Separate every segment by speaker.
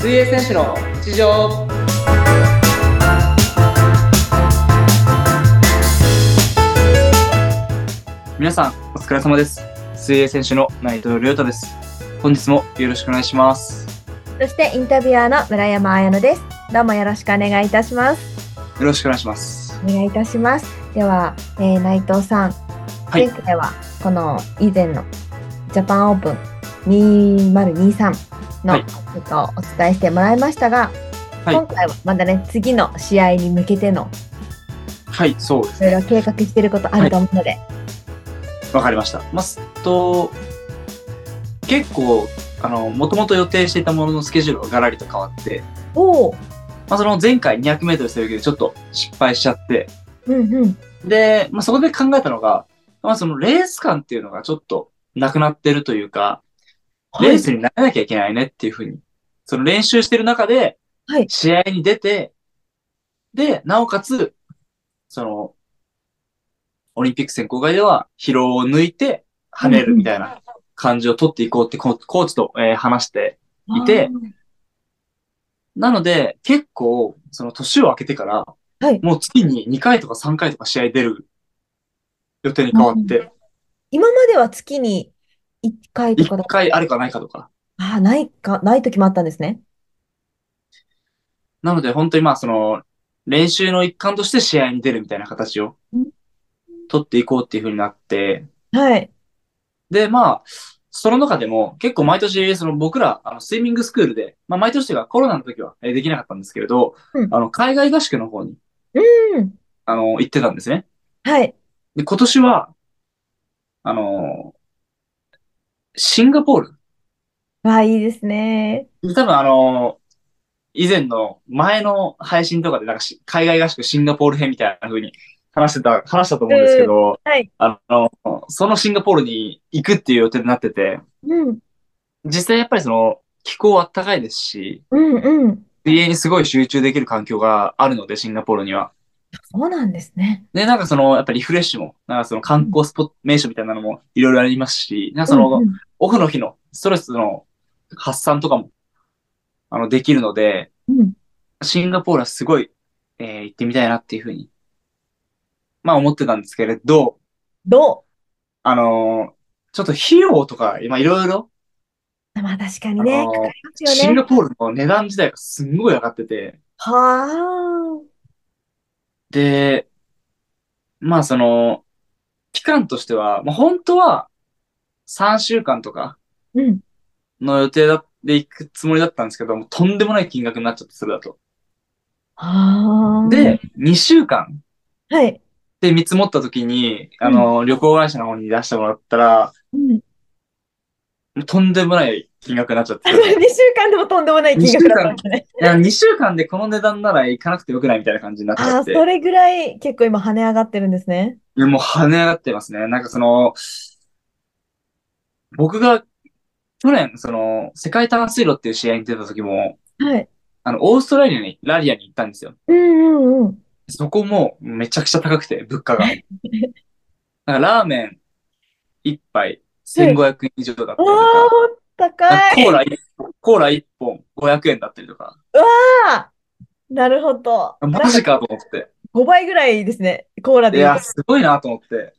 Speaker 1: 選手の日常皆さんお疲れ様です水泳選手の内藤亮太です本日もよろしくお願いします
Speaker 2: そしてインタビュアーの村山彩乃です。どうもよろしくお願いいたします。
Speaker 1: よろしくお願いします
Speaker 2: お願いいたします。では、えー内藤さん、
Speaker 1: はい
Speaker 2: 前回はこの以前のジャパンオープン2023
Speaker 1: は
Speaker 2: の
Speaker 1: い
Speaker 2: ことをお伝えしてもらいましたが、
Speaker 1: はい
Speaker 2: 今回はまだね次の試合に向けての
Speaker 1: はいそうです
Speaker 2: いろいろ計画していることあると思うので、
Speaker 1: わかりましたますと結構あのもともと予定していたもののスケジュールがガラリと変わって
Speaker 2: おお、
Speaker 1: まあ、その前回 200m 背泳ぎでちょっと失敗しちゃって、
Speaker 2: うんうん、
Speaker 1: で、まあ、そこで考えたのが、まあ、そのレース感っていうのがちょっとなくなってるというか、
Speaker 2: はい
Speaker 1: レースにならなきゃいけないねっていうふうに、その練習してる中で
Speaker 2: はい、
Speaker 1: 試合に出て、で、なおかつ、その、オリンピック選考会では疲労を抜いて跳ねるみたいな感じを取っていこうってココーチと、えー話して、いてなので、結構、その年を明けてから、
Speaker 2: はい
Speaker 1: もう月に2回とか3回とか試合出る予定に変わって、
Speaker 2: 今までは月に1回とかだ
Speaker 1: 1回あるかないかとか。
Speaker 2: ああないかない時もあったんですね。
Speaker 1: なので、本当にまあ、その、練習の一環として試合に出るみたいな形を
Speaker 2: うん
Speaker 1: 取っていこうっていう風になって、
Speaker 2: はい。
Speaker 1: で、まあ、その中でも結構毎年、その僕ら、あの、スイミングスクールで、まあ毎年というかコロナの時はえーできなかったんですけれど、
Speaker 2: うん
Speaker 1: あの、海外合宿の方に、
Speaker 2: うん。
Speaker 1: あの、行ってたんですね。
Speaker 2: はい。
Speaker 1: で、今年は、あのーシンガポール。
Speaker 2: わあ、いいですね。
Speaker 1: で多分あのー以前の前の配信とかでなんかし海外合宿シンガポール編みたいな風に話してた、話したと思うんですけど、
Speaker 2: はい。
Speaker 1: あの、そのシンガポールに行くっていう予定になってて、
Speaker 2: うん。
Speaker 1: 実際やっぱりその気候あったかいですし、
Speaker 2: うんうん。
Speaker 1: 水泳にすごい集中できる環境があるので、シンガポールには。
Speaker 2: そうなんですね。
Speaker 1: で、なんかその、やっぱりリフレッシュも、なんかその観光スポット、名所みたいなのもいろいろありますし、なんかその、
Speaker 2: うんうん
Speaker 1: オフの日のストレスの発散とかも、あの、できるので、
Speaker 2: うん。
Speaker 1: シンガポールはすごい、えー行ってみたいなっていうふうに、まあ思ってたんですけれど、
Speaker 2: ど
Speaker 1: あのーちょっと費用とか、今いろいろ、
Speaker 2: うまあ確かに
Speaker 1: あ
Speaker 2: ね、
Speaker 1: の
Speaker 2: か
Speaker 1: ー
Speaker 2: かりますよね。
Speaker 1: シンガポールの値段自体がすんごい上がってて、
Speaker 2: は
Speaker 1: で、まあその、期間としては、まあ本当は3週間とか
Speaker 2: あ。うん。
Speaker 1: の予定だで行くつもりだったんですけど、もうとんでもない金額になっちゃって、それだと。
Speaker 2: はあ。
Speaker 1: で、、2週間
Speaker 2: はい。
Speaker 1: で見積もった時に、あの、旅行会社の方に出してもらったら、
Speaker 2: うん。
Speaker 1: もうとんでもない金額になっちゃって。い
Speaker 2: 2週間でもとんでもない金額だったんですね。
Speaker 1: や、2週間でこの値段なら行かなくてよくないみたいな感じになっちゃ
Speaker 2: ああ、
Speaker 1: っ
Speaker 2: そ
Speaker 1: て。
Speaker 2: れぐらい結構今跳ね上がってるんですね。
Speaker 1: いやもう跳ね上がってますね。なんかその、僕が去年、その、世界短水路っていう試合に出た時も、
Speaker 2: はい。
Speaker 1: あの、オーストラリアに、ラリアに行ったんですよ。
Speaker 2: うんうんうん。
Speaker 1: そこもめちゃくちゃ高くて、物 価が。なんかラーメン一杯1500円以上だったりと
Speaker 2: わ
Speaker 1: か。
Speaker 2: あ、高い。
Speaker 1: コーラ一本、コーラ一本500円だったりとか、
Speaker 2: ああなるほど。
Speaker 1: マジかと思って。
Speaker 2: 5倍ぐらいですね。コーラ
Speaker 1: い
Speaker 2: で言う
Speaker 1: や、
Speaker 2: と。
Speaker 1: すごいなと思って。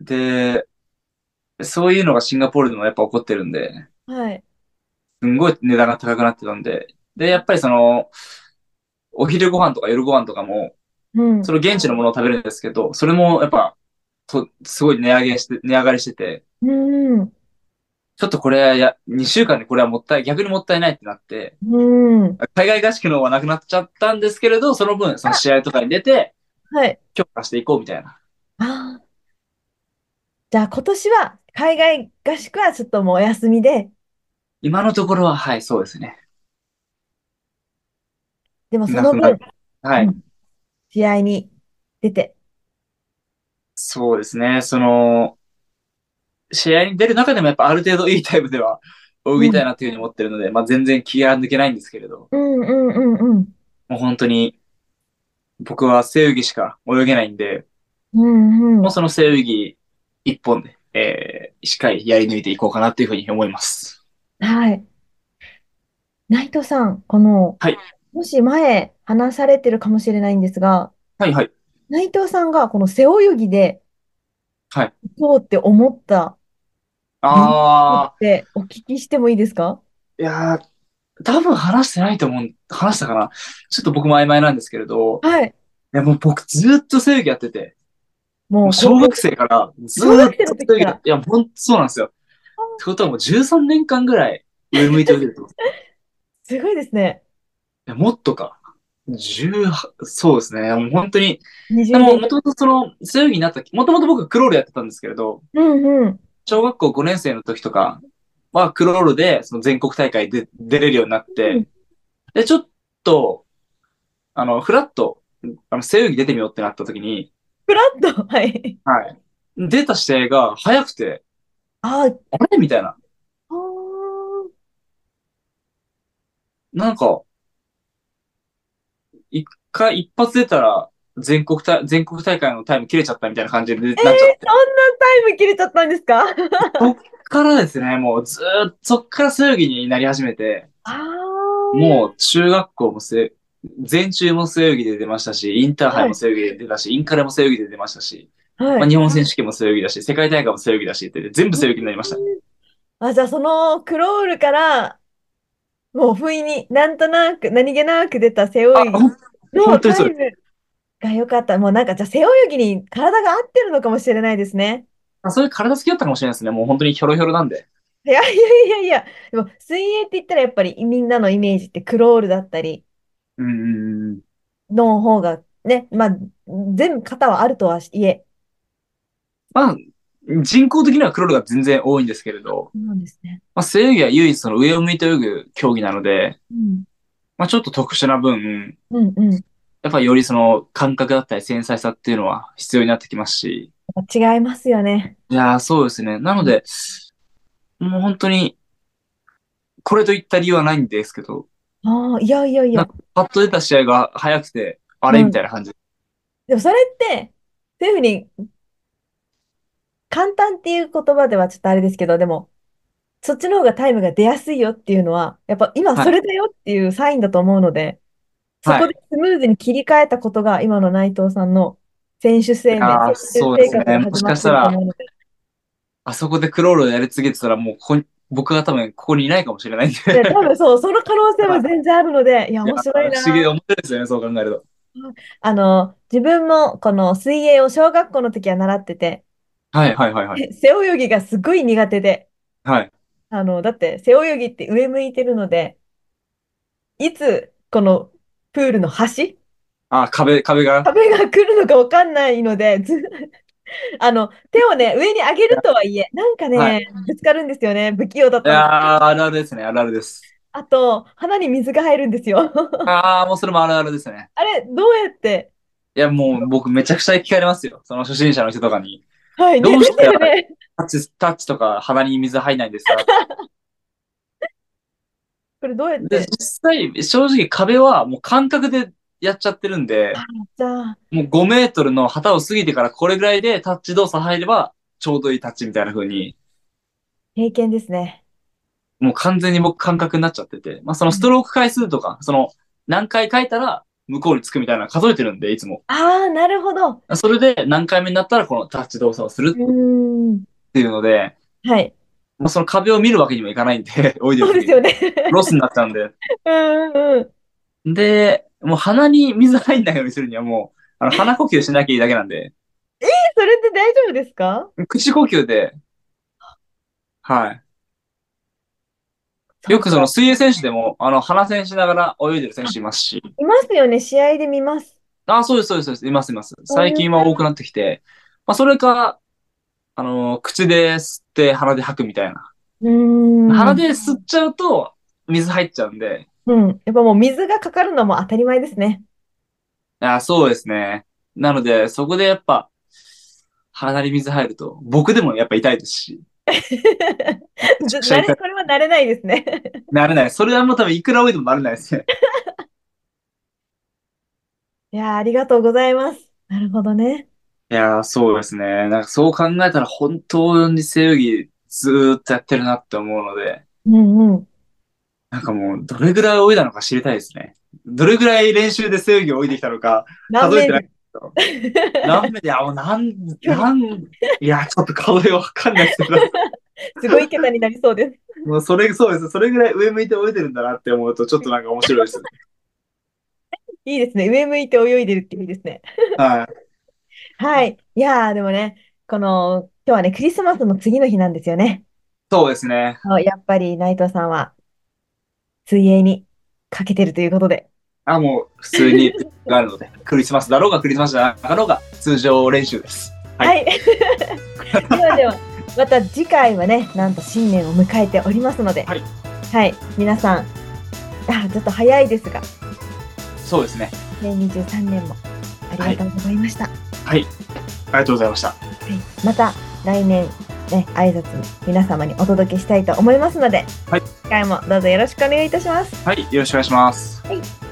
Speaker 1: で、そういうのがシンガポールでもやっぱ起こってるんで、
Speaker 2: はい。
Speaker 1: すんごい値段が高くなってたんで、で、やっぱりその、お昼ご飯とか夜ご飯とかも、
Speaker 2: うん。
Speaker 1: その現地のものを食べるんですけど、それもやっぱ、とすごい値上げして、値上がりしてて、
Speaker 2: うん
Speaker 1: ちょっとこれはや、2週間でこれはもったい、逆にもったいないってなって、
Speaker 2: うん。うん。
Speaker 1: 海外合宿の方はなくなっちゃったんですけれど、その分、その試合とかに出て、
Speaker 2: はい。
Speaker 1: 強化していこうみたいな。
Speaker 2: ああ。じゃあ今年は海外合宿はちょっともうお休みで、
Speaker 1: 今のところは、はい、そうですね。
Speaker 2: でもその
Speaker 1: なく
Speaker 2: 分
Speaker 1: はい。
Speaker 2: うん試合に出て。
Speaker 1: そうですね。その、試合に出る中でもやっぱある程度いいタイムでは泳ぎたいなというふうに思ってるので、まあ全然気が抜けないんですけれど、
Speaker 2: うんうんうん
Speaker 1: もう本当に、僕は背泳ぎしか泳げないんで、
Speaker 2: うん。うんう。
Speaker 1: もうんその背泳ぎ一本で、えー、しっかりやり抜いていこうかなというふうに思います。
Speaker 2: はい。内藤さん、この、
Speaker 1: はい
Speaker 2: もし前話されてるかもしれないんですが、
Speaker 1: はいはい。
Speaker 2: 内藤さんがこの背泳ぎで
Speaker 1: はい
Speaker 2: 行こうって思った
Speaker 1: あ
Speaker 2: ってお聞きしてもいいですか
Speaker 1: ー、いやー、多分話してないと思う、話したかな。ちょっと僕も曖昧なんですけれど、
Speaker 2: はい。
Speaker 1: いやもう僕ずーっと背泳ぎやってて、
Speaker 2: も
Speaker 1: も
Speaker 2: う
Speaker 1: う小学生からずー
Speaker 2: 小
Speaker 1: っ
Speaker 2: 学
Speaker 1: と
Speaker 2: 生の時から
Speaker 1: いや、ほんとそうなんですよ。ってことはもう13年間ぐらい上向いて泳いでるってことい
Speaker 2: すごいですね。
Speaker 1: や、もっとか。18、そうですね。いやもう本当に。
Speaker 2: 20
Speaker 1: でも、
Speaker 2: 年
Speaker 1: もともとその、背泳ぎになった、もともと僕クロールやってたんですけれど、
Speaker 2: うんうん。
Speaker 1: 小学校5年生の時とかはクロールで、その全国大会で出れるようになって、
Speaker 2: うん
Speaker 1: で、ちょっと、あの、フラッと、あの、背泳ぎ出てみようってなった時に、
Speaker 2: フラット。 はい。
Speaker 1: はい。出た試合が早くて、
Speaker 2: あー
Speaker 1: あれみたいな。
Speaker 2: あー。
Speaker 1: なんか、一回、一発出たら、全国大、全国大会のタイム切れちゃったみたいな感じになっちゃって。
Speaker 2: そんなタイム切れちゃったんですか
Speaker 1: からですね、もうずーっと、そっから背泳ぎになり始めて、
Speaker 2: あー
Speaker 1: もう中学校も背、全中も背泳ぎで出ましたし、インターハイも背泳ぎで出たし、インカレも背泳ぎで出ましたし、
Speaker 2: はい
Speaker 1: まあ、日本選手権も背泳ぎだし、世界大会も背泳ぎだしって、全部背泳ぎになりました。
Speaker 2: あ、じゃあそのクロールから、もう不意になんとなく、何気なく出た背泳
Speaker 1: あ、
Speaker 2: ぎ
Speaker 1: ほん
Speaker 2: の
Speaker 1: 本当
Speaker 2: タ
Speaker 1: にそ
Speaker 2: イ
Speaker 1: う
Speaker 2: ムが良かった。もうなんかじゃあ背泳ぎに体が合ってるのかもしれないですね。
Speaker 1: あそういう体好きだったかもしれないですね。もう本当にひょろひょろなんで。
Speaker 2: いやいやいやいや、でも水泳って言ったらやっぱりみんなのイメージってクロールだったり
Speaker 1: うんうんうん。
Speaker 2: の方がね、まあ全部型はあるとはいえ。
Speaker 1: まあ、人口的にはクロールが全然多いんですけれど、
Speaker 2: そうなんですね。
Speaker 1: まあ、背泳ぎは唯一その上を向いて泳ぐ競技なので、
Speaker 2: うん。
Speaker 1: まあ、ちょっと特殊な分、
Speaker 2: うんうん。や
Speaker 1: やっぱりよりその感覚だったり繊細さっていうのは必要になってきますし、
Speaker 2: っぱ違いますよね。
Speaker 1: いやーそうですね。なので、もう本当に、これといった理由はないんですけど、
Speaker 2: ああ、いやいやいや。
Speaker 1: パッと出た試合が早くて、あれ
Speaker 2: うん
Speaker 1: みたいな感じ。
Speaker 2: でもそれって、そういうふうに、簡単っていう言葉ではちょっとあれですけど、でも、そっちの方がタイムが出やすいよっていうのは、やっぱ今
Speaker 1: はい
Speaker 2: それだよっていうサインだと思うので、そ
Speaker 1: はい
Speaker 2: こでスムーズに切り替えたことが、今の内藤さんの選手生命、
Speaker 1: あー
Speaker 2: 選
Speaker 1: そう
Speaker 2: 手
Speaker 1: で
Speaker 2: 生
Speaker 1: すね
Speaker 2: 活が始まってると思うので、
Speaker 1: あそこでクロールをやり続けてたら、もうここに僕が多分ここにいないかもしれないんで。
Speaker 2: で多 分そう、その可能性も全然あるので、いや、面白い
Speaker 1: や不思議
Speaker 2: な。
Speaker 1: 面白いですよね、そう考えると。
Speaker 2: あの、自分もこの水泳を小学校の時は習ってて、
Speaker 1: はいはいはいはい。
Speaker 2: 背泳ぎがすごい苦手で、
Speaker 1: はい。
Speaker 2: あの、だって背泳ぎって上向いてるので、いつこのプールの端、
Speaker 1: あ、壁、壁が。
Speaker 2: 壁が来るのかわかんないので、ず あの、手をね、上に上げるとはいえ、なんかね、
Speaker 1: は
Speaker 2: ぶつかるんですよね。不器用だっ
Speaker 1: い
Speaker 2: た
Speaker 1: や
Speaker 2: の。
Speaker 1: ー、あるあるですね、あるあるです。
Speaker 2: あと、鼻に水が入るんですよ。
Speaker 1: あー、もうそれもあるあるですね。
Speaker 2: あれ、どうやって、
Speaker 1: いや、もう僕めちゃくちゃ聞かれますよ。その初心者の人とかに。
Speaker 2: はい、
Speaker 1: どう
Speaker 2: ね
Speaker 1: したら
Speaker 2: 出てるね。
Speaker 1: タッチ、タッチとか鼻に水入んないんですか
Speaker 2: これどうやっ
Speaker 1: で
Speaker 2: て、、
Speaker 1: 実際、正直壁はもう感覚でやっちゃってるんで、
Speaker 2: じゃあ、
Speaker 1: もう5メートルの旗を過ぎてからこれぐらいでタッチ動作入れば、ちょうどいいタッチみたいな風に、
Speaker 2: 経験ですね。
Speaker 1: もう完全に僕感覚になっちゃってて、まあそのストローク回数とか、その何回書いたら向こうにつくみたいなの数えてるんで、いつも。
Speaker 2: ああ、なるほど。
Speaker 1: それで何回目になったらこのタッチ動作をする
Speaker 2: うーん。
Speaker 1: っていうので、
Speaker 2: はい。
Speaker 1: もうその壁を見るわけにもいかないんで、 おいで
Speaker 2: そうですよね。
Speaker 1: ロスになっちゃうんで。
Speaker 2: うんうんうん。
Speaker 1: で、もう鼻に水入んないようにするにはもう、あの鼻呼吸しなきゃいいだけなんで、
Speaker 2: それって大丈夫ですか
Speaker 1: 口呼吸で、はい。よくその水泳選手でも、あの、鼻栓しながら泳いでる選手いますし、
Speaker 2: いますよね、試合で見ます。
Speaker 1: あ、そうです、そうです、そうです、います、います。最近は多くなってきて、まあ、それか、あの、口で吸って鼻で吐くみたいな。
Speaker 2: うーん。
Speaker 1: 鼻で吸っちゃうと、水入っちゃうんで、
Speaker 2: うん。やっぱもう水がかかるのも当たり前で すね。
Speaker 1: あ、そうですね。なので、そこでやっぱ、鼻に水入ると、僕でもやっぱ痛いですし、
Speaker 2: ず慣れ、これは慣れないですね。
Speaker 1: なれない。それはもう多分いくら多いでもなれないですね。
Speaker 2: いやーありがとうございます。なるほどね。
Speaker 1: いやー、そうですね。なんかそう考えたら本当に背泳ぎずーっとやってるなって思うので、
Speaker 2: うんうん。
Speaker 1: なんかもう、どれぐらい泳いだのか知りたいですね。どれぐらい練習で背泳ぎを泳いできたのか、
Speaker 2: 何
Speaker 1: 数え
Speaker 2: メ
Speaker 1: てな
Speaker 2: ー
Speaker 1: い何目で、あ、もうなん、なん、いや、ちょっと数えわかんないですけど、
Speaker 2: トルすごい桁になりそう です。
Speaker 1: もうそれ、そうです。それぐらい上向いて泳いでるんだなって思うと、ちょっとなんか面白いですね。
Speaker 2: いいですね。上向いて泳いでるっていいですね。
Speaker 1: はい。
Speaker 2: はい。いやー、でもね、この、今日はね、クリスマスの次の日なんですよね。
Speaker 1: そうですね。
Speaker 2: あのやっぱり内藤さんは、水泳にかけてるということで。
Speaker 1: あ、もう、普通にがあるので、クリスマスだろうが、クリスマスじゃなかろうが、通常練習です。はい
Speaker 2: はい。 ではでは、また次回はね、なんと新年を迎えておりますので、
Speaker 1: はい
Speaker 2: はい、皆さん、あ、ちょっと早いですが、
Speaker 1: そうですね。
Speaker 2: 2023年もありがとうございました。
Speaker 1: ありがとうございました。
Speaker 2: また来年ね挨拶皆様にお届けしたいと思いますので、
Speaker 1: はい
Speaker 2: 次回もどうぞよろしくお願いいたします。
Speaker 1: はい、よろしくお願いします。